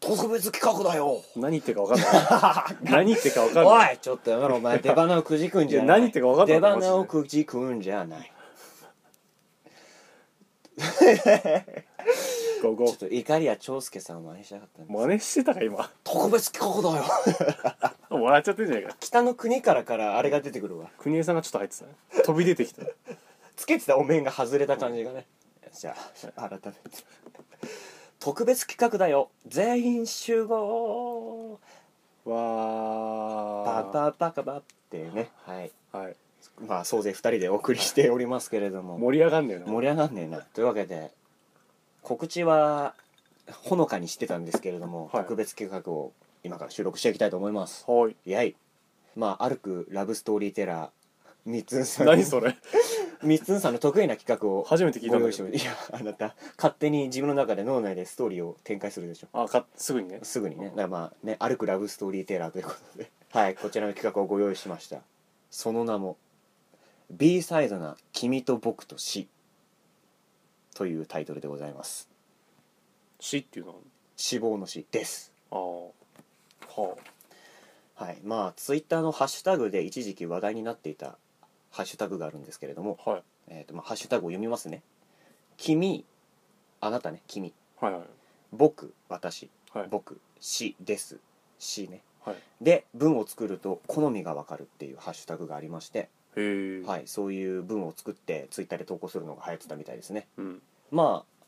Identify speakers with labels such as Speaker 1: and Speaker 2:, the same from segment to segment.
Speaker 1: 特別企画だよ
Speaker 2: 何言ってるか分かんな い何言ってるか分かん
Speaker 1: お
Speaker 2: ない
Speaker 1: いちょっとやめろお前出花をくじくんじゃ
Speaker 2: いや
Speaker 1: ない
Speaker 2: 何言ってるか分かんない
Speaker 1: 出花をくじくんじゃない
Speaker 2: こ
Speaker 1: ちょっ
Speaker 2: こと
Speaker 1: 怒りや長介さんを真似したかったんです
Speaker 2: 真似してたか今
Speaker 1: 特別企画だよ
Speaker 2: 笑っちゃってんじゃないか
Speaker 1: 北の国からからあれが出てくるわ
Speaker 2: 国枝さんがちょっと入ってたね飛び出てきた
Speaker 1: つけてたお面が外れた感じがねじゃあ改めて特別企画だよ全員集合
Speaker 2: わ
Speaker 1: パ
Speaker 2: ー
Speaker 1: パパカパってねはい
Speaker 2: はい、
Speaker 1: まあ総勢2人でお送りしておりますけれども
Speaker 2: 盛り上がんねえな
Speaker 1: 盛り上がんねえなというわけで告知はほのかにしてたんですけれども、
Speaker 2: はい
Speaker 1: 特別企画を今から収録していきたいと思います
Speaker 2: はい
Speaker 1: イエイまあ歩くラブストーリーテラーみっつんさん
Speaker 2: 何それ
Speaker 1: みっつんさんの得意な企画を
Speaker 2: 初めて聞い
Speaker 1: ご
Speaker 2: たん
Speaker 1: 用
Speaker 2: だ
Speaker 1: 意し
Speaker 2: け
Speaker 1: て
Speaker 2: ど
Speaker 1: いやあなた勝手に自分の中で脳内でストーリーを展開するでしょ
Speaker 2: あかすぐにね
Speaker 1: すぐにねだからまあね歩くラブストーリーテラーということで はいこちらの企画をご用意しましたその名も「B サイドな君と僕と死」というタイトルでございます
Speaker 2: 死っていうの
Speaker 1: 死亡の死です
Speaker 2: ああは
Speaker 1: はいまあツイッターのハッシュタグで一時期話題になっていたハッシュタグがあるんですけれども、
Speaker 2: あはい
Speaker 1: えーとまあ、ハッシュタグを読みますね「君」あなたね「君」
Speaker 2: はいはい
Speaker 1: 「僕」「私」
Speaker 2: はい
Speaker 1: 「僕」「死」です「死」ね
Speaker 2: はい
Speaker 1: で文を作ると好みがわかるっていうハッシュタグがありまして、
Speaker 2: へえ、
Speaker 1: はい、そういう文を作ってツイッターで投稿するのが流行ってたみたいですね
Speaker 2: うん
Speaker 1: まあ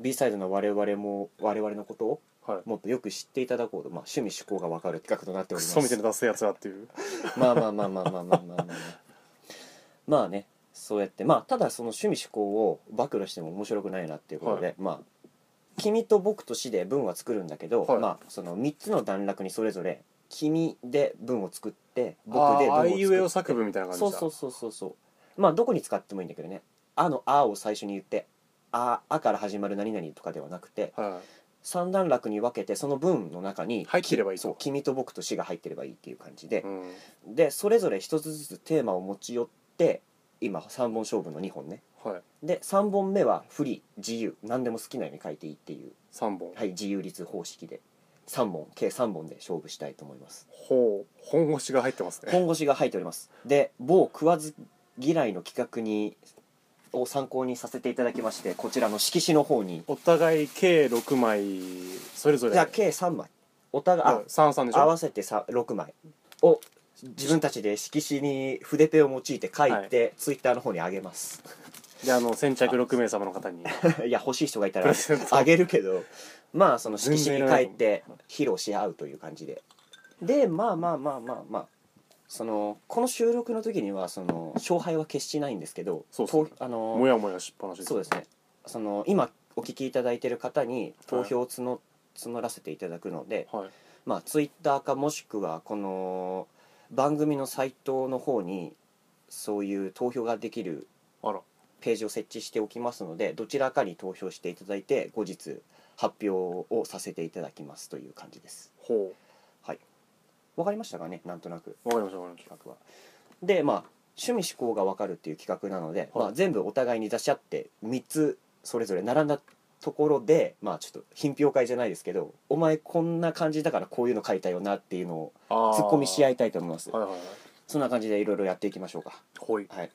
Speaker 1: B サイドの我々も我々のことを
Speaker 2: はい
Speaker 1: もっとよく知っていただこうと、まあ、趣味思考がわかる企画となってお
Speaker 2: ク
Speaker 1: ります
Speaker 2: ソみたいなダセえやつだっていう
Speaker 1: まあまあまあまあまあまあまあまあまあまあねそうやってまあただその趣味思考を暴露しても面白くないなっていうことで、
Speaker 2: は
Speaker 1: まあ君と僕と死で文は作るんだけど、
Speaker 2: はい
Speaker 1: まあその3つの段落にそれぞれ君で文を作って僕
Speaker 2: あ
Speaker 1: で文を
Speaker 2: ああ
Speaker 1: 作っ
Speaker 2: いうえお
Speaker 1: て
Speaker 2: 作文みたいな感じ
Speaker 1: そう
Speaker 2: だ
Speaker 1: そうそうそうそうまあどこに使ってもいいんだけどね「あ」の「あ」を最初に言って「あ」あから始まる何々とかではなくて
Speaker 2: は
Speaker 1: 3段落に分けてその文の中に
Speaker 2: い、入ってればいい
Speaker 1: そう
Speaker 2: と
Speaker 1: 君と僕と死が入ってればいいっていう感じで、
Speaker 2: うん
Speaker 1: でそれぞれ一つずつテーマを持ち寄って今3本勝負の2本ね
Speaker 2: はい
Speaker 1: で3本目はフリー自由何でも好きなように書いていいっていう、
Speaker 2: 三本、
Speaker 1: はい、自由律方式で3本計3本で勝負したいと思います
Speaker 2: ほう本腰が入ってますね
Speaker 1: 本腰が入っておりますで某食わず嫌いの企画にを参考にさせていただきましてこちらの色紙の方に
Speaker 2: お互い計6枚それぞれ
Speaker 1: じゃあ計3枚お互いあ
Speaker 2: 三三でし
Speaker 1: 合
Speaker 2: ょ
Speaker 1: わせてさ6枚を自分たちで色紙に筆ペンを用いて書いて、ツイッターの方にあげます
Speaker 2: であの先着6名様の方に
Speaker 1: いや欲しい人がいた
Speaker 2: プレ
Speaker 1: ら
Speaker 2: ゼント
Speaker 1: あげるけどまあその色紙
Speaker 2: 全然いら
Speaker 1: に
Speaker 2: な
Speaker 1: 書
Speaker 2: い
Speaker 1: い
Speaker 2: と思う
Speaker 1: て披露し合うという感じででまあまあまあまあまあそのこの収録の時にはその勝敗は決しないんですけど
Speaker 2: そうそう
Speaker 1: とあの
Speaker 2: もやもやしっぱなし
Speaker 1: そうですねその今お聞きいただいてる方に投票を募,、募らせていただくので
Speaker 2: はい
Speaker 1: まあツイッターかもしくはこの番組のサイトの方にそういう投票ができる
Speaker 2: あら
Speaker 1: ページを設置しておきますのでどちらかに投票していただいて後日発表をさせていただきますという感じです
Speaker 2: ほ
Speaker 1: わかりましたかねなんとなく
Speaker 2: うわかりましたわかりまし
Speaker 1: 企画はでまあ趣味思考がわかるっていう企画なので、
Speaker 2: はい
Speaker 1: まあ、全部お互いに出し合って3つそれぞれ並んだところでまあちょっと品評会じゃないですけどお前こんな感じだからこういうの書いたよなっていうのを
Speaker 2: たあー
Speaker 1: ツッコミし合いたいと思います
Speaker 2: はいはいはい
Speaker 1: そんな感じでいろいろやっていきましょうか
Speaker 2: ほい
Speaker 1: はい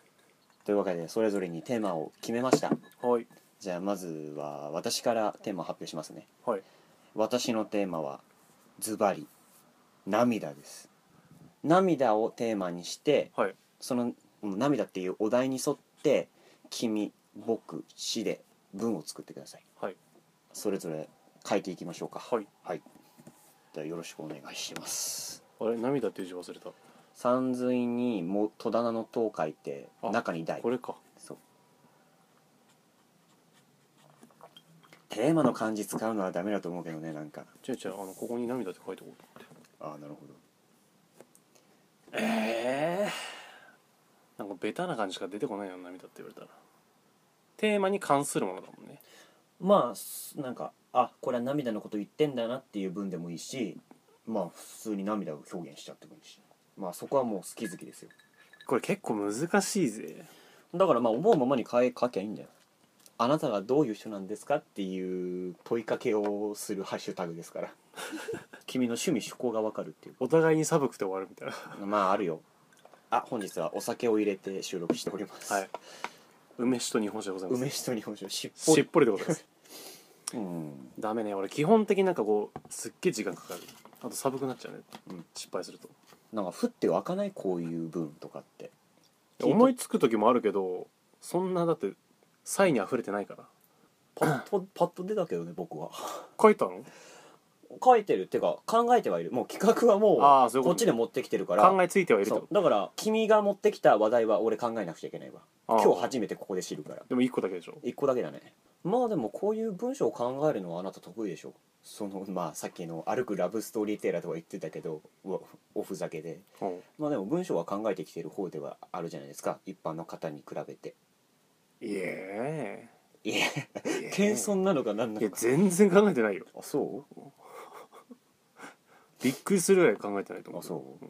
Speaker 1: というわけでそれぞれにテーマを決めました
Speaker 2: はい
Speaker 1: じゃあまずは私からテーマを発表しますね
Speaker 2: はい
Speaker 1: 私のテーマはズバリ涙です涙をテーマにして
Speaker 2: はい
Speaker 1: そのうん涙っていうお題に沿って君僕死で文を作ってください
Speaker 2: はい
Speaker 1: それぞれ書いていきましょうか
Speaker 2: はい
Speaker 1: じゃあよろしくお願いします
Speaker 2: あれ涙っていう字忘れた
Speaker 1: 三髄にも戸棚の塔書いて
Speaker 2: あ
Speaker 1: 中に大
Speaker 2: これか
Speaker 1: そうテーマの漢字使うのはダメだと思うけどねなんか
Speaker 2: 違う違うあのここに涙って書いておこうと思
Speaker 1: あ
Speaker 2: って
Speaker 1: あなるほど
Speaker 2: ええなんかベタな感じしか出てこないよ涙って言われたらテーマに関するものだもんね
Speaker 1: まあすなんかあこれは涙のこと言ってんだなっていう文でもいいしまあ普通に涙を表現しちゃってもいいしまあそこはもう好き好きですよ
Speaker 2: これ結構難しいぜ
Speaker 1: だからまあ思うままに変え書きゃいいんだよあなたがどういう人なんですかっていう問いかけをするハッシュタグですから 君の趣味趣向がわかるっていう
Speaker 2: お互いに寒くて終わるみたいな
Speaker 1: まああるよあ本日はお酒を入れて収録しております、
Speaker 2: はい梅酒と日本酒でございます
Speaker 1: 梅酒と日本酒しっぽ
Speaker 2: しっぽりでございます
Speaker 1: うん
Speaker 2: ダメね俺基本的になんかこうすっげえ時間かかるあと寒くなっちゃうね、
Speaker 1: うん
Speaker 2: 失敗すると
Speaker 1: なんか降って湧かないこういう分とかって
Speaker 2: 思いつく時もあるけどそんなだって才に溢れてないから
Speaker 1: パッと パッと出たけどね僕は
Speaker 2: 書いたの
Speaker 1: 書いてるっていうか考えてはいるもう企画は
Speaker 2: あ
Speaker 1: も
Speaker 2: ーそういううこ
Speaker 1: ことっちで持ってきてるから
Speaker 2: 考えついてはいる
Speaker 1: そ
Speaker 2: と
Speaker 1: うだから君が持ってきた話題は俺考えなくちゃいけないわ
Speaker 2: あー
Speaker 1: 今日初めてここで知るから
Speaker 2: でも1個だけでしょ
Speaker 1: 一個だけだねまあでもこういう文章を考えるのはあなた得意でしょそのまあさっきの「歩くラブストーリーテーラー」とか言ってたけどうわおふざけで
Speaker 2: うん
Speaker 1: まあでも文章は考えてきてる方ではあるじゃないですか一般の方に比べて
Speaker 2: いえ
Speaker 1: いや
Speaker 2: いえ
Speaker 1: 謙遜なのかなんないの
Speaker 2: や
Speaker 1: か
Speaker 2: 全然考えてないよ
Speaker 1: あそ
Speaker 2: びっくりするぐらい考えてないと
Speaker 1: う
Speaker 2: 思う
Speaker 1: あそう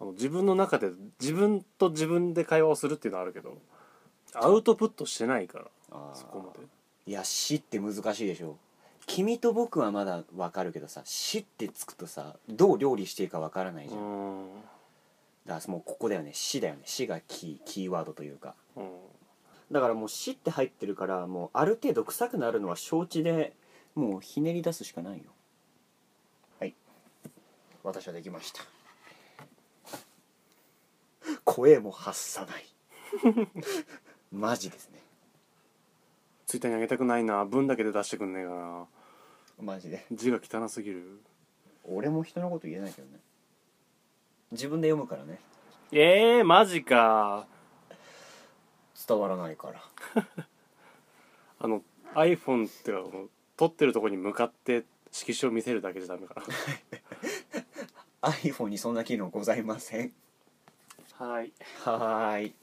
Speaker 2: あの自分の中で自分と自分で会話をするっていうのはあるけどアウトプットしてないから
Speaker 1: あー
Speaker 2: そこまで
Speaker 1: いや「死」って難しいでしょ君と僕はまだわかるけどさ「死」ってつくとさどう料理していいかわからないうじゃん、
Speaker 2: ん、うん、
Speaker 1: だからもうここだよね「死」だよね「死」がキーキーワードというかだからもう「死」って入ってるからもうある程度臭くなるのは承知でもうひねり出すしかないよはい私はできま した声も発さないマジですね
Speaker 2: ツイッターにあげたくないな文だけで出してくんねえかな
Speaker 1: マジで
Speaker 2: 字が汚すぎる
Speaker 1: 俺も人のこと言えないけどね自分で読むからね
Speaker 2: ええー、マジか
Speaker 1: 伝わらないから
Speaker 2: あの iPhone ってかこの撮ってるとこに向かって色紙を見せるだけじゃダメか
Speaker 1: iPhone にそんな機能ございません
Speaker 2: なはい
Speaker 1: はーい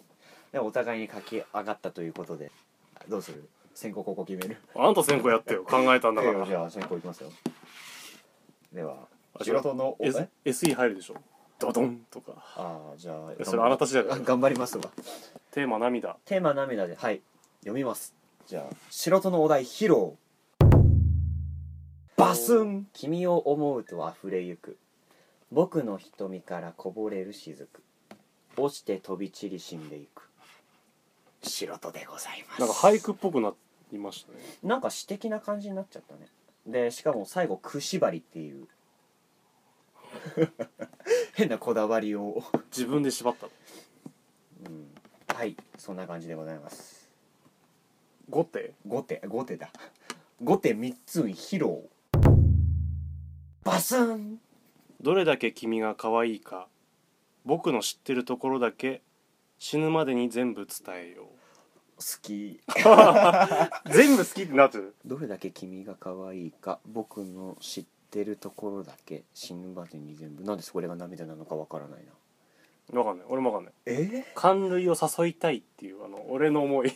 Speaker 1: でお互いに書き上がったということでどうする先行後攻決める
Speaker 2: あんた先行やってよ考えたんだか
Speaker 1: えーじ
Speaker 2: ら
Speaker 1: ゃあ先行いきますよでは
Speaker 2: あ
Speaker 1: 仕事のお
Speaker 2: S
Speaker 1: え
Speaker 2: SE 入るでしょドドンとか
Speaker 1: ああじゃあ
Speaker 2: それあなた次第だ
Speaker 1: あ頑張りますわ
Speaker 2: テーマ涙
Speaker 1: テーマ涙ではい読みますじゃあ素人のお題披露バスン君を思うと溢れゆく僕の瞳からこぼれる雫落ちて飛び散り死んでいく素人でございます
Speaker 2: なんか俳句っぽくなりましたね
Speaker 1: なんか詩的な感じになっちゃったねでしかも最後「くしばり」って いう変なこだわりを
Speaker 2: 自分で縛った
Speaker 1: うんはいそんな感じでございます
Speaker 2: 5手
Speaker 1: 5手5手だ5手3つ披露バスン
Speaker 2: どれだけ君が可愛いか僕の知ってるところだけ死ぬまでに全部伝えよ
Speaker 1: 好き
Speaker 2: う全部好きってなってる
Speaker 1: どれだけ君が可愛いか僕の知ってるところだけ死ぬまでに全部なんでそれが涙なのかわからないな
Speaker 2: わかんない俺もわかんない
Speaker 1: え
Speaker 2: 寒類を誘いたいっていうあの俺の思い
Speaker 1: テ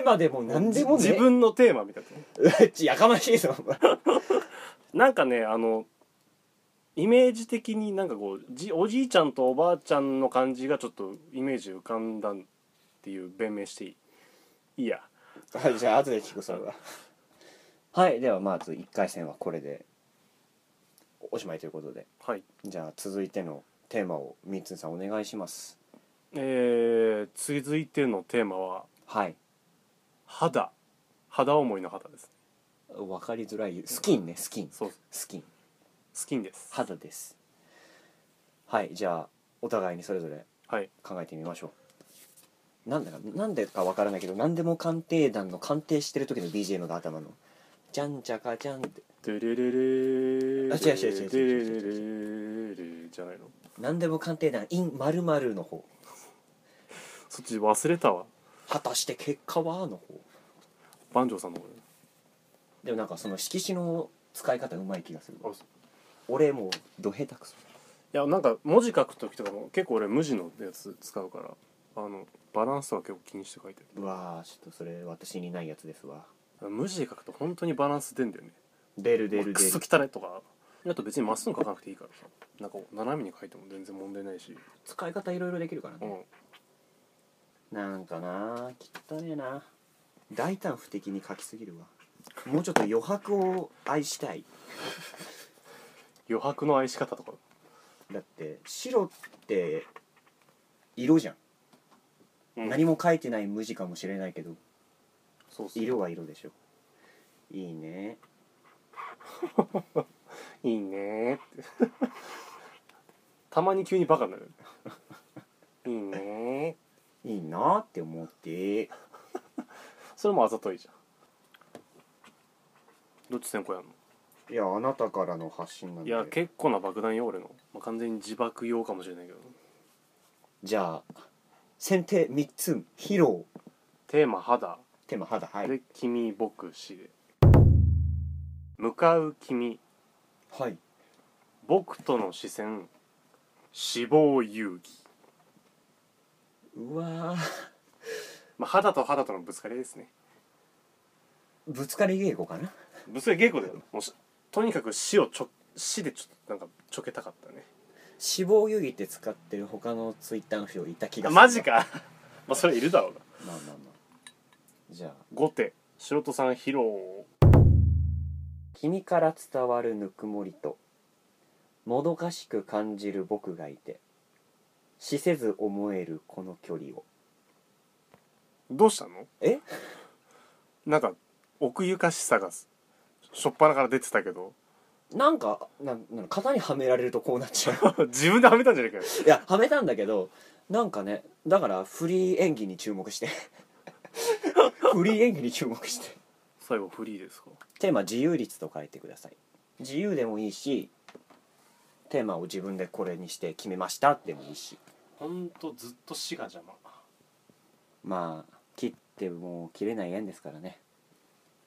Speaker 1: ーマでも何でもね
Speaker 2: 自分のテーマみたいな
Speaker 1: ち やかましいぞお前
Speaker 2: なんかねあのイメージ的になんかこうじおじいちゃんとおばあちゃんの感じがちょっとイメージ浮かんだっていう弁明していいいいや
Speaker 1: はいじゃあ後で聞くそれははいではまず1回戦はこれでおしまいということで
Speaker 2: はい
Speaker 1: じゃあ続いてのテーマをみっつんさんお願いします
Speaker 2: えー、続いてのテーマは
Speaker 1: はい
Speaker 2: 肌肌思いの肌です
Speaker 1: わかりづらいスキンねスキン
Speaker 2: そう
Speaker 1: スキン
Speaker 2: スキンです
Speaker 1: 肌ですはいじゃあお互いにそれぞれ
Speaker 2: はい
Speaker 1: 考えてみましょうなんだかなんでかわからないけど何でも鑑定団の鑑定してる時の BGM が頭のじゃんじゃかじゃんって
Speaker 2: ドゥルルルー
Speaker 1: あ違う違う違う違う違う
Speaker 2: ドゥルルルルルじゃないの
Speaker 1: 何でも鑑定団 in 〇〇の方
Speaker 2: そっち忘れたわ
Speaker 1: 果たして結果はの方
Speaker 2: 番長さんの方
Speaker 1: でもなんかその色紙の使い方うまい気がする
Speaker 2: あそう
Speaker 1: 俺もうど下手くそ
Speaker 2: いやなんか文字書く時とかも結構俺無地のやつ使うからあのバランスは結構気にして書いて
Speaker 1: うわーちょっとそれ私にないやつですわ
Speaker 2: る無地で書くと本当にバランス出んだよね
Speaker 1: 出る出
Speaker 2: まあ
Speaker 1: る
Speaker 2: ク
Speaker 1: 出
Speaker 2: ソ
Speaker 1: る
Speaker 2: 汚いとかあと別にまっすぐ書かなくていいからさなんか斜めに書いても全然問題ないし、
Speaker 1: 使い方いろいろできるから
Speaker 2: う
Speaker 1: ね、
Speaker 2: ん、
Speaker 1: なんかな汚ねえな大胆不敵に書きすぎるわもうちょっと余白を愛したい
Speaker 2: 余白の愛し方とか
Speaker 1: だって白って色じゃん、
Speaker 2: うん
Speaker 1: 何も書いてない無地かもしれないけど
Speaker 2: そうそう
Speaker 1: 色は色でしょいいね
Speaker 2: いいねーって たまに急にバカになる いいね
Speaker 1: いいなって思って
Speaker 2: ーそれもあざといじゃんどっち先行やんの
Speaker 1: いやあなたからの発信なん
Speaker 2: い
Speaker 1: で
Speaker 2: や結構な爆弾よ俺の、まあ、完全に自爆用かもしれないけど
Speaker 1: じゃあ先手3つ披露
Speaker 2: テーマ「肌」
Speaker 1: 手間肌はい
Speaker 2: で「君僕死」で「向かう君
Speaker 1: はい
Speaker 2: 僕との視線死亡遊戯
Speaker 1: うわー」
Speaker 2: まあ、肌と肌とのぶつかり合いですね
Speaker 1: ぶつかり稽古かな
Speaker 2: ぶつかり稽古だよもうしとにかく死をちょ死でちょっとなんかちょけたかったね
Speaker 1: 死亡遊戯って使ってる他のツイッターの人いた気が
Speaker 2: あ
Speaker 1: する
Speaker 2: マジかまあそれいるだろうな
Speaker 1: まあまあまあじゃあ
Speaker 2: 後手白戸さん披露
Speaker 1: 君から伝わるぬくもりともどかしく感じる僕がいて死せず思えるこの距離を
Speaker 2: どうしたの
Speaker 1: え
Speaker 2: なんか奥ゆかしさがしょっぱなから出てたけど
Speaker 1: なんかなんなんか型にはめられるとこうなっ ちゃう
Speaker 2: 自分ではめたんじゃねえかよ
Speaker 1: いやはめたんだけどなんかねだからフリー演技に注目して フリー演技に注目して
Speaker 2: 最後フリーですか
Speaker 1: テーマ自由率と書いてください自由でもいいしテーマを自分でこれにして決めましたでもいいし
Speaker 2: ほんとずっと死が邪魔
Speaker 1: まあ切ってもう切れない縁ですからね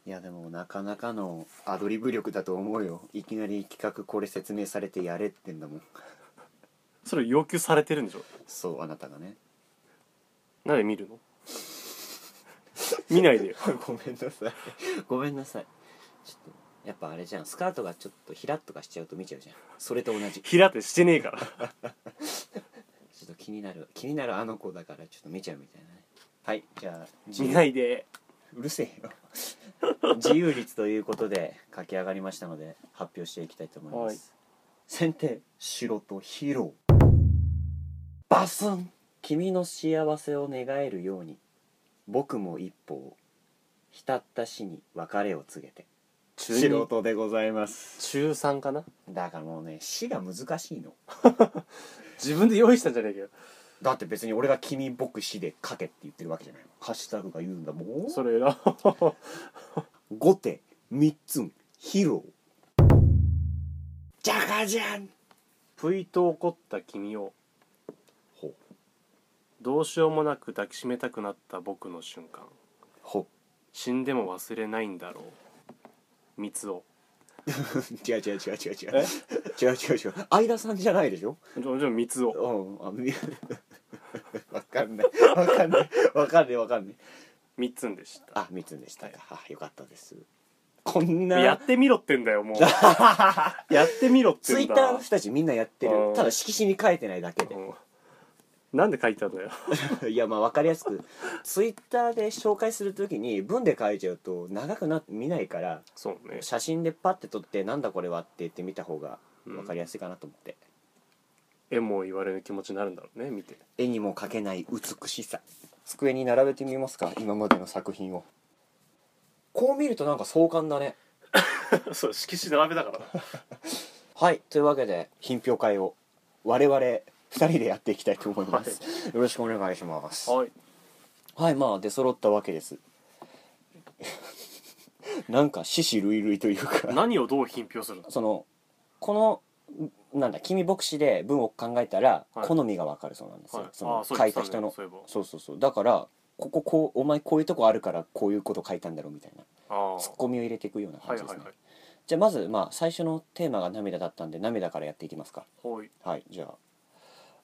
Speaker 1: いやでもなかなかのアドリブ力だと思うよいきなり企画これ説明されてやれってんだもん
Speaker 2: それ要求されてるんでしょ
Speaker 1: そうあなたがね
Speaker 2: なんで見るの見ないでよ
Speaker 1: ごめんなさいごめんなさいちょっとやっぱあれじゃんスカートがちょっとひらっとかしちゃうと見ちゃうじゃんそれと同じちょ
Speaker 2: 平手してねえから
Speaker 1: っと気になる気になるあの子だからちょっと見ちゃうみたいなねはいじゃあ
Speaker 2: 見ないで
Speaker 1: うるせえよ自由率ということで書き上がりましたので発表していきたいと思います、先手白とヒロバスン君の幸せを願えるように僕も一歩を浸った死に別れを告げて
Speaker 2: 中
Speaker 1: 素人でございます
Speaker 2: 中3かな
Speaker 1: だからもうね死が難しいの
Speaker 2: 自分で用意したんじゃねえけど
Speaker 1: だって別に俺が君僕死で書けって言ってるわけじゃないのハッシュタグが言うんだもん
Speaker 2: それな
Speaker 1: 後手三つん披露じゃがじゃん
Speaker 2: ぷいと怒った君を
Speaker 1: ほう
Speaker 2: どうしようもなく抱きしめたくなった僕の瞬間
Speaker 1: ほ
Speaker 2: 死んでも忘れないんだろう三つを
Speaker 1: 違う違う違う違う違う違う違う違う相田さんじゃないでしょ
Speaker 2: じゃじゃ三つを
Speaker 1: うんあみ わかんないわかんないわかんないわかんない
Speaker 2: 三つんでした
Speaker 1: あ三つんでしたかあよかったですこんな
Speaker 2: やってみろってんだ よもうやってみろって
Speaker 1: ツイ
Speaker 2: ん
Speaker 1: ッ
Speaker 2: だ
Speaker 1: ターの人たちみんなやってる
Speaker 2: うん
Speaker 1: ただ色紙に書いてないだけで
Speaker 2: うんなんで書いたんだよ
Speaker 1: いやまあ分かりやすくツイッターで紹介するときに文で書いちゃうと長くなって見ないから
Speaker 2: そうね
Speaker 1: 写真でパッて撮ってなんだこれはって言って見た方が
Speaker 2: うん
Speaker 1: 分かりやすいかなと思って、
Speaker 2: 絵も言われる気持ちになるんだろうね 見て
Speaker 1: 絵にも描けない美しさ机に並べてみますか今までの作品をこう見るとなんか壮観だね
Speaker 2: そう色紙並べだから
Speaker 1: はいというわけで品評会を我々2人でやっていきたいと思います、よろしくお願いします
Speaker 2: はい
Speaker 1: はいまあ出揃ったわけです なんか獅子類類というか
Speaker 2: 何をどう品評するの
Speaker 1: そのこのんなんだ君牧師で文を考えたら
Speaker 2: はい
Speaker 1: 好みが分かるそうなんですよ、
Speaker 2: はい
Speaker 1: そ
Speaker 2: あ
Speaker 1: の
Speaker 2: そう
Speaker 1: 書
Speaker 2: 言っ
Speaker 1: い
Speaker 2: て
Speaker 1: た
Speaker 2: たね
Speaker 1: 人の
Speaker 2: そういえば
Speaker 1: そうそうそうだからこここうお前こういうとこあるからこういうこと書いたんだろうみたいな
Speaker 2: ああ
Speaker 1: ツッコミを入れていくような
Speaker 2: は
Speaker 1: 感
Speaker 2: い
Speaker 1: じ
Speaker 2: は
Speaker 1: です
Speaker 2: い
Speaker 1: ね、
Speaker 2: はい
Speaker 1: じゃあまずまあ最初のテーマが涙だったんで涙からやっていきますか
Speaker 2: はい
Speaker 1: はいじゃあ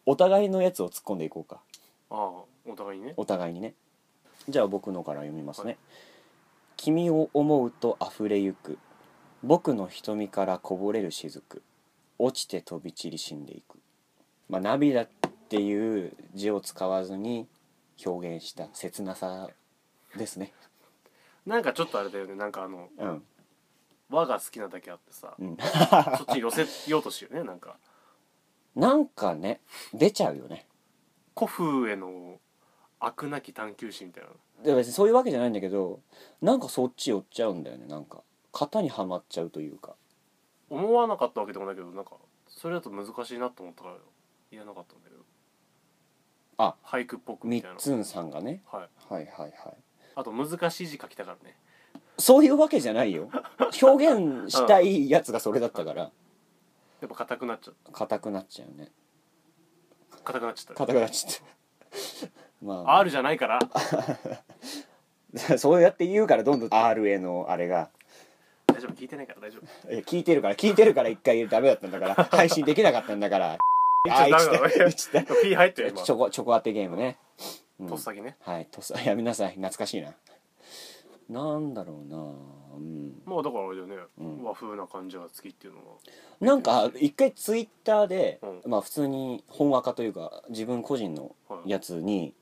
Speaker 1: お互いのやつを突っ込んでいこうか
Speaker 2: ああお互いにね
Speaker 1: お互いにねじゃあ僕のから読みますね、
Speaker 2: はい
Speaker 1: 君を思うと溢れゆく僕の瞳からこぼれる雫落ちて飛び散り死んでいく、まあ、涙っていう字を使わずに表現した切なさですね
Speaker 2: なんかちょっとあれだよねなんかあの
Speaker 1: うん、
Speaker 2: 和が好きなだけあっ てさ
Speaker 1: うん、
Speaker 2: そっちに寄せようとしてるねなんか
Speaker 1: なんかね出ちゃうよね
Speaker 2: 古風への悪なき探求心みたいな
Speaker 1: で別にそういうわけじゃないんだけどなんかそっち寄っちゃうんだよねなんか型にはまっちゃうというか
Speaker 2: 思わなかったわけでもないけどなんかそれだと難しいなと思ったから言えなかったんだけど
Speaker 1: あ
Speaker 2: 俳句っぽく
Speaker 1: み
Speaker 2: み
Speaker 1: った
Speaker 2: いな
Speaker 1: つんさんがね
Speaker 2: はい
Speaker 1: はいはいはい
Speaker 2: あと難しい字書きたからね
Speaker 1: そういうわけじゃないよ表現したいやつがそれだったから
Speaker 2: やっぱ硬くなっちゃっ
Speaker 1: 硬くなっちゃうね
Speaker 2: た硬くなっちゃった
Speaker 1: 硬くなっちゃって まあ
Speaker 2: R じゃないから
Speaker 1: そうやって言うからどんどん RA のあれが
Speaker 2: 大丈夫聞いてないから大丈夫
Speaker 1: いや聞いてるから聞いてるから一回ダメだったんだから配信できなかったんだからあ
Speaker 2: ち
Speaker 1: ー
Speaker 2: ょっとダメだ
Speaker 1: 言っちゃった
Speaker 2: P 入ってる
Speaker 1: チ
Speaker 2: 今
Speaker 1: ョコチョコ当てゲームね、うん
Speaker 2: とっさきね
Speaker 1: はい、とさ、いやめなさい、懐かしいな。なんだろうな、うん、
Speaker 2: まあだからあれだよね、
Speaker 1: うん
Speaker 2: 和風な感じが好きっていうのは
Speaker 1: なんか一回ツイッターで、
Speaker 2: う
Speaker 1: まあ普通に本アカというか自分個人の
Speaker 2: はい
Speaker 1: やつに、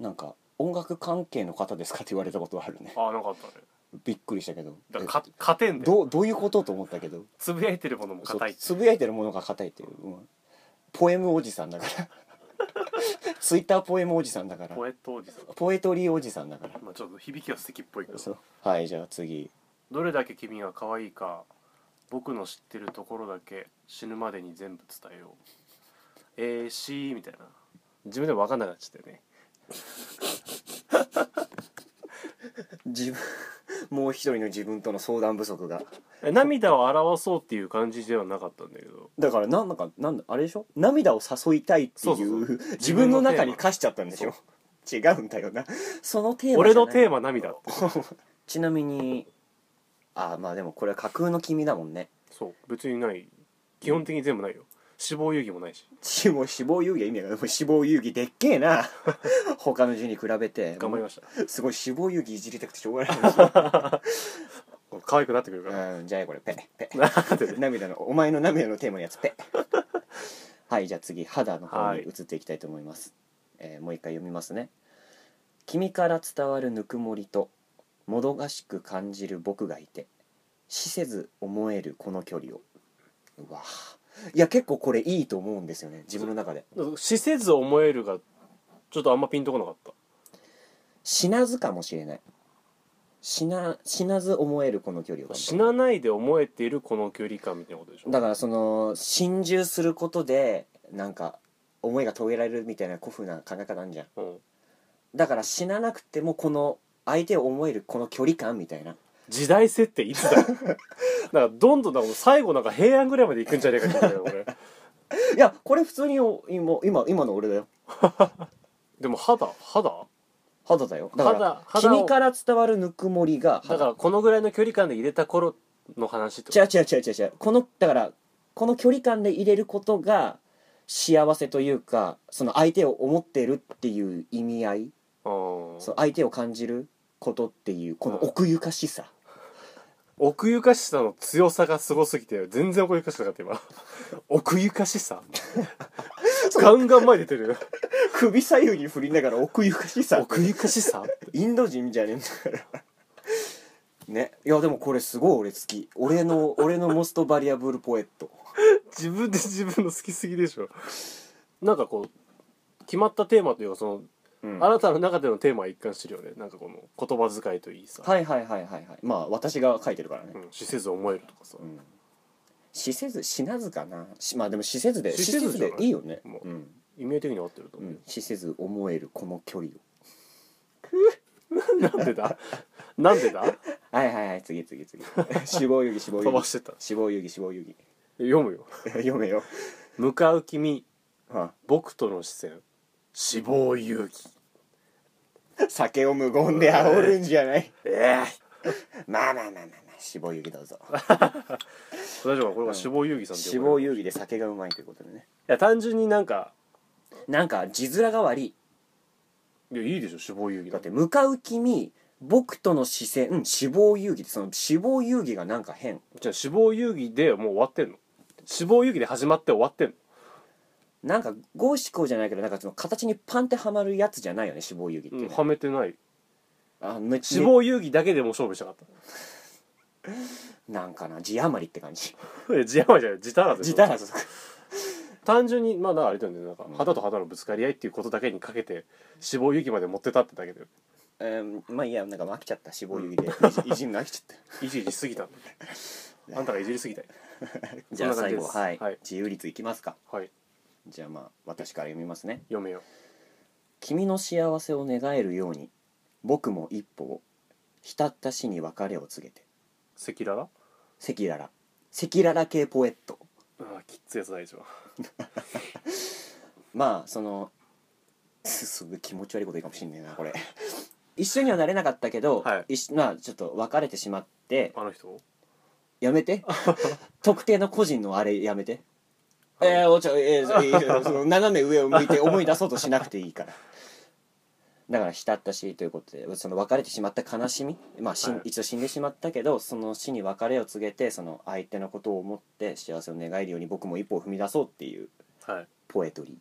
Speaker 1: なんか音楽関係の方ですか って言われたことあるね。
Speaker 2: ああなんかあったね
Speaker 1: びっくりしたけど。
Speaker 2: だからか勝てん
Speaker 1: え
Speaker 2: で
Speaker 1: どうどういうことと思ったけど、
Speaker 2: つぶやいてるものも硬い
Speaker 1: そうつぶやいてるものが硬いっていう、うんポエムおじさんだから。 ツイッターポエムおじさんだから。
Speaker 2: ポエットおじさん
Speaker 1: ポエトリーおじさんだから。
Speaker 2: まあちょっと響きは素敵っぽいけど
Speaker 1: そうはい、じゃあ次。
Speaker 2: どれだけ君が可愛いか僕の知ってるところだけ死ぬまでに全部伝えようえー、しーみたいな自分でも分かんなくなっちゃったよね
Speaker 1: 自分もう一人の自分との相談不足が
Speaker 2: え涙を表そうっていう感じではなかったんだけど
Speaker 1: だからなんかなんだあれでしょ涙を誘いたいってい
Speaker 2: そう
Speaker 1: う
Speaker 2: そうそう
Speaker 1: 自分の中に課しちゃったんでしょ違うんだよなそのテーマ
Speaker 2: 俺のテー
Speaker 1: マ
Speaker 2: マ涙って
Speaker 1: ちなみにあーまあでもこれは架空の君だもんね
Speaker 2: そう別にない基本的に全部ないよ死亡遊戯もないし
Speaker 1: 死もう死亡遊戯は意味がないもう死亡遊戯でっけえ な他の字に比べて
Speaker 2: 頑張りました
Speaker 1: たすごい死亡遊戯いじりたくてしょうがない
Speaker 2: 可愛くなってくるから
Speaker 1: うんじゃあこれペペ
Speaker 2: なん でね
Speaker 1: 涙のお前の涙のテーマのやつペ はいじゃあ次肌の方に移っていきたいと思います、えーもう一回読みますね「君から伝わるぬくもりともどかしく感じる僕がいて死せず思えるこの距離を」うわいや結構これいいと思うんですよね自分の中で
Speaker 2: 死せず思えるがちょっとあんまピンとこなかった
Speaker 1: 死なずかもしれない死な死なず思えるこの距離を
Speaker 2: 死なないで思えているこの距離感みたいなことでしょ
Speaker 1: だからその心中することでなんか思いが遂げられるみたいな古風な考え方あるじゃん
Speaker 2: うん
Speaker 1: だから死ななくてもこの相手を思えるこの距離感みたいな
Speaker 2: 時代設定いつ だよだからどんどんなんかもう最後なんか平安ぐらいまで行くんじゃねえかみたいな俺
Speaker 1: いやこれ普通にお今今今の俺だよ
Speaker 2: でも肌肌
Speaker 1: 肌だよだから
Speaker 2: 肌肌を
Speaker 1: 君から伝わるぬくもりが
Speaker 2: だからこのぐらいの距離感で入れた頃の話ってこと
Speaker 1: 違う違う違う違う違うこのだからこの距離感で入れることが幸せというかその相手を思ってるっていう意味合い
Speaker 2: うん
Speaker 1: その相手を感じることっていうこの奥ゆかしさ
Speaker 2: 奥ゆかしさの強さがすごすぎて全然奥ゆかしさなかっ た今奥ゆかしさガンガン前出てるよ
Speaker 1: 首左右に振りながら奥ゆかしさ
Speaker 2: 奥ゆかしさ
Speaker 1: インド人じゃねえんだからねいやでもこれすごい俺好き俺の俺のモストバリアブルポエット
Speaker 2: 自分で自分の好きすぎでしょなんかこう決まったテーマというかその
Speaker 1: うんは
Speaker 2: あ
Speaker 1: い
Speaker 2: なたの中でのテーマは一貫してるよねなんかこの言葉遣いといいさ、
Speaker 1: はいはいはいはいまあ私が書いてるからね
Speaker 2: うん、 死せず思えるとかさ、
Speaker 1: うん死せず死なずかなしまあでも死せずで
Speaker 2: 死
Speaker 1: 死
Speaker 2: せ
Speaker 1: せ
Speaker 2: ず
Speaker 1: ず
Speaker 2: じゃない
Speaker 1: でいいよね
Speaker 2: もう
Speaker 1: うん
Speaker 2: 意味的に合ってると
Speaker 1: う
Speaker 2: 思う、
Speaker 1: ん死せず思えるこの距離を
Speaker 2: なんでだなんでだ
Speaker 1: はいはいはい次次次 死亡遊戯死亡遊
Speaker 2: 飛ばし
Speaker 1: 戯
Speaker 2: てた
Speaker 1: 死亡遊戯死亡遊戯
Speaker 2: 読むよ
Speaker 1: 読めよ
Speaker 2: 向かう君
Speaker 1: あ
Speaker 2: 僕との視線死亡遊戯
Speaker 1: 酒を無言で煽るんじゃない
Speaker 2: ええ
Speaker 1: まあまあまあまあまあ死亡遊戯どうぞ
Speaker 2: 大丈夫かこれは死亡遊戯さんって
Speaker 1: 死
Speaker 2: 呼ば
Speaker 1: 亡
Speaker 2: れる
Speaker 1: 遊戯で酒がうまいということでね
Speaker 2: いや単純になんか
Speaker 1: なんか字面が悪い
Speaker 2: いやいいでしょ死亡遊戯
Speaker 1: だ
Speaker 2: だ
Speaker 1: って「向かう君僕との視線、うん、死亡遊戯ってその死亡遊戯がなんか変
Speaker 2: じゃあ死亡遊戯でもう終わってんの死亡遊戯で始まって終わってんの
Speaker 1: なんか五七五じゃないけどなんかその形にパンってはまるやつじゃないよね死亡遊戯って、
Speaker 2: うんはめてない
Speaker 1: あめ
Speaker 2: 死亡遊戯だけでもう勝負したかっ
Speaker 1: めなんかな字余りって感じ
Speaker 2: た いや字余りじゃない字足らず
Speaker 1: 字足らず
Speaker 2: 単純にまあだからあれだよねなんか肌と肌のぶつかり合いっていうことだけにかけて死亡遊戯まで持ってたってだけで
Speaker 1: えーまあいいやなんかもう飽きちゃった死亡遊 戯でいじいじんの飽きちゃっ
Speaker 2: いじいじしすぎたあんたがいじりすぎたよ
Speaker 1: たじゃあ
Speaker 2: そん
Speaker 1: 最
Speaker 2: な感じで
Speaker 1: 後
Speaker 2: す
Speaker 1: はい、
Speaker 2: はい
Speaker 1: 自由率いきますか
Speaker 2: はい
Speaker 1: じゃあまあ私から読みますね
Speaker 2: 読めよ
Speaker 1: 君の幸せを願えるように僕も一歩を浸った死に別れを告げて
Speaker 2: 赤裸々
Speaker 1: 赤裸々赤裸々系ポエット
Speaker 2: ああきっついやつ大丈夫
Speaker 1: まあその すごい気持ち悪いこと言うかもしんねえなこれ一緒にはなれなかったけど、
Speaker 2: はい
Speaker 1: 一緒まあちょっと別れてしまって
Speaker 2: あの人
Speaker 1: やめ て特定の個人のあれやめて、
Speaker 2: はい
Speaker 1: えー、おちょ、えー、いい よその斜め上を向いて思い出そうとしなくていいからだから浸ったしということでその別れてしまった悲しみ、まあ死ん
Speaker 2: はい
Speaker 1: 一度死んでしまったけどその死に別れを告げてその相手のことを思って幸せを願えるように僕も一歩を踏み出そうっていう
Speaker 2: はい
Speaker 1: ポエトリ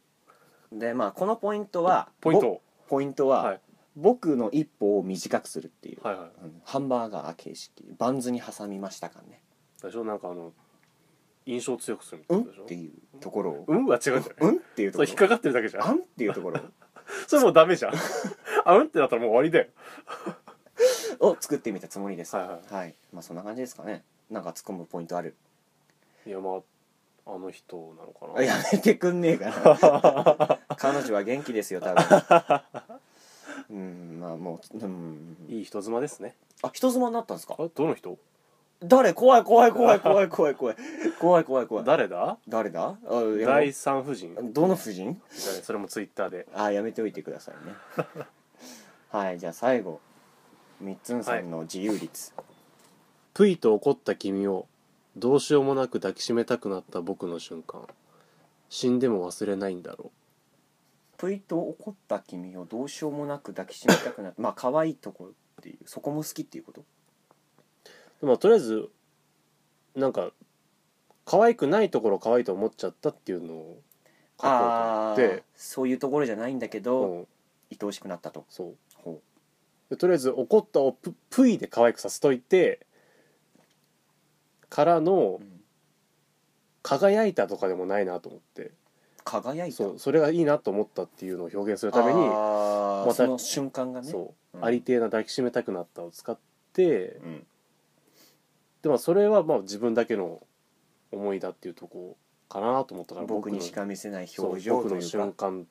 Speaker 1: ーでまあこのポイントは
Speaker 2: ポイン
Speaker 1: ぼ
Speaker 2: ト
Speaker 1: ポイントは、
Speaker 2: はい
Speaker 1: 僕の一歩を短くするっていう、
Speaker 2: はいはい
Speaker 1: うんハンバーガー形式バンズに挟みましたかね
Speaker 2: 最初なんかあの印象強くするみた
Speaker 1: うん
Speaker 2: い
Speaker 1: っ
Speaker 2: なこと
Speaker 1: て
Speaker 2: でし
Speaker 1: いうところを
Speaker 2: ょうんは違うんじゃない
Speaker 1: うんっていうと
Speaker 2: そ
Speaker 1: こ
Speaker 2: れ
Speaker 1: ろ
Speaker 2: 引っかかってるだけじゃ
Speaker 1: あん
Speaker 2: ん
Speaker 1: っていうとこ ろ
Speaker 2: それもうダメ じゃんあうんってなったらもう終わりだよ
Speaker 1: を作ってみたつもりです
Speaker 2: はいはい
Speaker 1: まあそんな感じですかねなんか突っ込むポイントある
Speaker 2: いやまああの人なの か
Speaker 1: あ
Speaker 2: な
Speaker 1: やめてくんねえか な彼女は元気ですよ 多分うんまあもううん
Speaker 2: いい人妻ですね
Speaker 1: あ人妻になったんですか
Speaker 2: あどの人
Speaker 1: 誰怖い怖い怖い怖い怖い怖い怖い怖い怖い
Speaker 2: 誰だ
Speaker 1: 誰だあいや
Speaker 2: 第三夫人
Speaker 1: どの夫人
Speaker 2: じゃあねそれもツイッターで
Speaker 1: あやめておいてくださいね はいじゃあ最後みっつんさんの自由率、
Speaker 2: ぷいと怒った君をどうしようもなく抱きしめたくなった僕の瞬間死んでも忘れないんだろ
Speaker 1: ぷいと怒った君をどうしようもなく抱きしめたくなって まあ可愛いとこっていうそこも好きっていうこと
Speaker 2: うまあとりあえずなんか可愛くないところ可愛いと思っちゃったっていうのを書こうと思
Speaker 1: ああ
Speaker 2: っ
Speaker 1: ー
Speaker 2: て
Speaker 1: そういうところじゃないんだけ
Speaker 2: う
Speaker 1: ど
Speaker 2: ん
Speaker 1: 愛おしくなったと
Speaker 2: そう
Speaker 1: ほ
Speaker 2: でとりあえず怒ったをぷぷいで可愛くさせといてからの
Speaker 1: う、うん
Speaker 2: 輝いたとかでもないなと思って
Speaker 1: 輝いた
Speaker 2: そうそれがいいなと思ったっていうのを表現するために
Speaker 1: あー
Speaker 2: また
Speaker 1: その瞬間がね
Speaker 2: そう、
Speaker 1: うん
Speaker 2: ありてえな抱きしめたくなったを使って
Speaker 1: うん
Speaker 2: でもそれはまあ自分だけの思いだっていうとこかなと思ったから
Speaker 1: 僕に
Speaker 2: の
Speaker 1: しか見せない
Speaker 2: そう
Speaker 1: 表情と
Speaker 2: 僕の
Speaker 1: いう
Speaker 2: 瞬
Speaker 1: か
Speaker 2: 間っ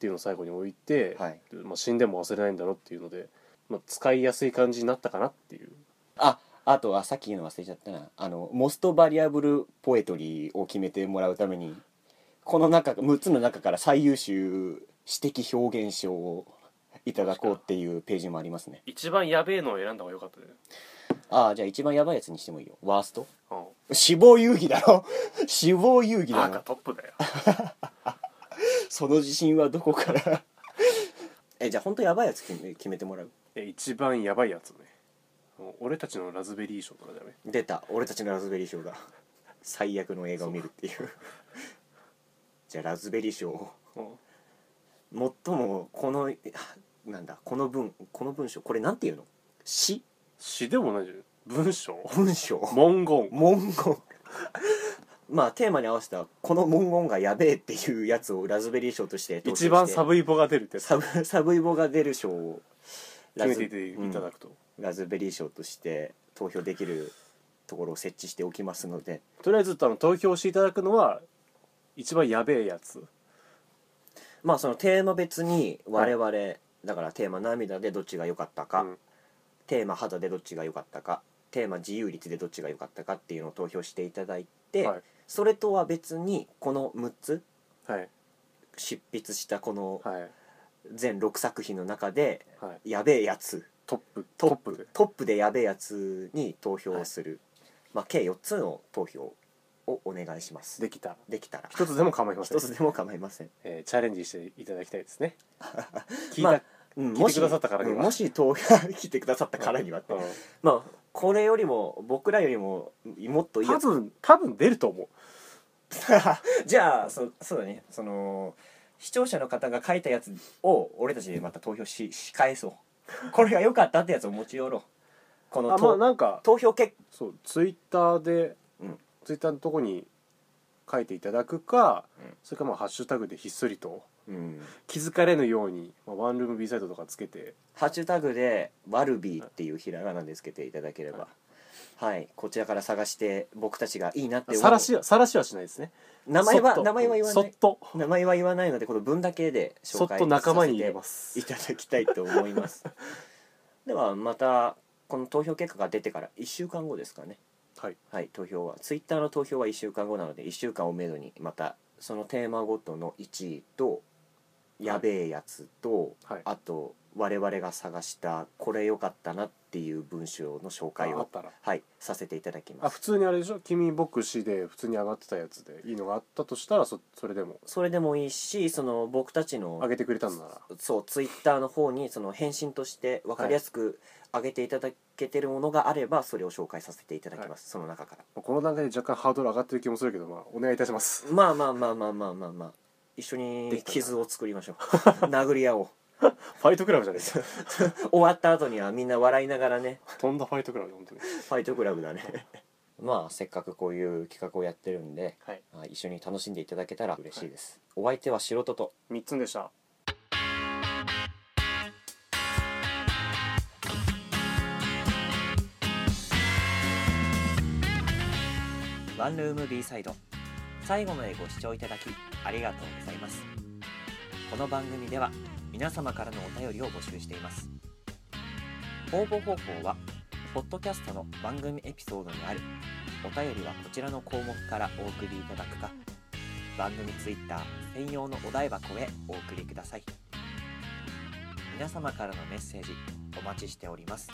Speaker 2: ていうのを最後に置いて、
Speaker 1: はい
Speaker 2: でまあ、死んでも忘れないんだろうっていうので、まあ、使いやすい感じになったかなっていう
Speaker 1: ああとはさっき言うの忘れちゃったなあのモストバリアブルポエトリーを決めてもらうためにこの中6つの中から最優秀詩的表現賞をいただこうっていうページもありますね
Speaker 2: 一番やべえのを選んだ方が良かったね
Speaker 1: ああじゃあ一番やばいやつにしてもいいよワースト
Speaker 2: うん
Speaker 1: 死亡遊戯だろ 死亡遊戯だろ
Speaker 2: トップだよ
Speaker 1: その自信はどこから えじゃあ本当やばいやつ決め決めてもらう
Speaker 2: え一番やばいやつねもう俺たちのラズベリー賞とかだね
Speaker 1: 出た俺たちのラズベリー賞だ最悪の映画を見るっていうじゃあラズベリー賞を
Speaker 2: うん
Speaker 1: 最もこのあなんだこの文この文章これなんていうの詩
Speaker 2: 詩でもないじゃん文章
Speaker 1: 文章
Speaker 2: 文言
Speaker 1: 文言まあテーマに合わせたこの文言がやべえっていうやつをラズベリー賞として投票して
Speaker 2: 一番サブイボが出るってやつ
Speaker 1: サブサブイボが出る賞をラ
Speaker 2: 決
Speaker 1: ズ
Speaker 2: めていただくと、
Speaker 1: うんラズベリー賞として投票できるところを設置しておきますので
Speaker 2: とりあえずあの投票していただくのは一番やべえやつ
Speaker 1: まあそのテーマ別に我々、だからテーマ涙でどっちが良かったか、
Speaker 2: うん
Speaker 1: テーマ肌でどっちが良かったかテーマ自由率でどっちが良かったかっていうのを投票していただいて、
Speaker 2: はい
Speaker 1: それとは別にこの6つ
Speaker 2: はい
Speaker 1: 執筆したこの
Speaker 2: はい
Speaker 1: 全6作品の中で
Speaker 2: はい
Speaker 1: やべえやつ
Speaker 2: トップ
Speaker 1: トッ
Speaker 2: トップで
Speaker 1: トップでやべえやつに投票をする、まあ、計4つの投票をお願いしますで
Speaker 2: できた
Speaker 1: きたら
Speaker 2: 一つでも構いません
Speaker 1: 一つでも構いません
Speaker 2: えーチャレンジしていただきたいですね聞いた、
Speaker 1: まあうん
Speaker 2: 聞いてくださったからには
Speaker 1: うんもし投票 来てくださったからにはって、
Speaker 2: う
Speaker 1: まあこれよりも僕らよりももっとい
Speaker 2: ん
Speaker 1: いや
Speaker 2: 多
Speaker 1: つ
Speaker 2: 分多分出ると思う
Speaker 1: じゃあそそうだねその視聴者の方が書いたやつを俺たちでまた投票しし返そうこれが良かったってやつを持ち寄ろうこの
Speaker 2: あ
Speaker 1: と、
Speaker 2: まあなんか
Speaker 1: 投票結
Speaker 2: そうツイッターで、
Speaker 1: うん
Speaker 2: ツイッターのとこに書いていただくか、
Speaker 1: うん
Speaker 2: それかまあハッシュタグでひっそりと
Speaker 1: 果、うん、
Speaker 2: 気づかれぬように、まあ、ワンルーム B サイトとかつけて
Speaker 1: ハッシュタグで「ワルビー」っていうひらがなでつけていただければはいこちらから探して僕たちがいいなって思
Speaker 2: さら
Speaker 1: う
Speaker 2: しはさらしはしないですね
Speaker 1: 名前
Speaker 2: そっ
Speaker 1: は
Speaker 2: と
Speaker 1: 名前は言わな
Speaker 2: そっ
Speaker 1: い
Speaker 2: と
Speaker 1: 名前は言わないのでこの分だけで
Speaker 2: そ
Speaker 1: 紹
Speaker 2: っ
Speaker 1: 介
Speaker 2: と仲間に入れ
Speaker 1: さ
Speaker 2: ます
Speaker 1: せていただきたいと思います ではまたこの投票結果が出てから1週間後ですかね
Speaker 2: はい
Speaker 1: はい投票はツイッターの投票は1週間後なので1週間をめどにまたそのテーマごとの1位とやべえやつと、
Speaker 2: はい
Speaker 1: あと我々が探したこれ良かったなっていう文章の紹介
Speaker 2: ああっ
Speaker 1: を
Speaker 2: たら
Speaker 1: はいさせていただきま
Speaker 2: あ
Speaker 1: す
Speaker 2: 普通にあれでしょ「君牧師」で普通に上がってたやつでいいのがあったとしたらそそれでも
Speaker 1: それでもいいしその僕たちの
Speaker 2: 上げてくれたんなら
Speaker 1: そうツイッターの方にその返信として分かりやすく上げていただけてるものがあればそれを紹介させていただきます、その中から
Speaker 2: この段階で若干ハードル上がってる気もするけど、まあ、お願いいたします
Speaker 1: まあまあまあまあまあまあまあ一緒
Speaker 2: で
Speaker 1: に
Speaker 2: きたな
Speaker 1: 傷を作りましょう 殴り合おう
Speaker 2: ファイトクラブじゃないですか
Speaker 1: 終わった後にはみんな笑いながらね
Speaker 2: 飛んだファイトクラブで本当に
Speaker 1: ファイトクラブだね まあせっかくこういう企画をやってるんで
Speaker 2: はい
Speaker 1: あ一緒に楽しんでいただけたら嬉しいです、お相手は素人と
Speaker 2: 3つでした
Speaker 1: ワンルーム B サイド最後までご視聴いただきありがとうございますこの番組では皆様からのお便りを募集しています応募方法はポッドキャストの番組エピソードにあるお便りはこちらの項目からお送りいただくか番組ツイッター専用のお台箱へお送りください皆様からのメッセージお待ちしております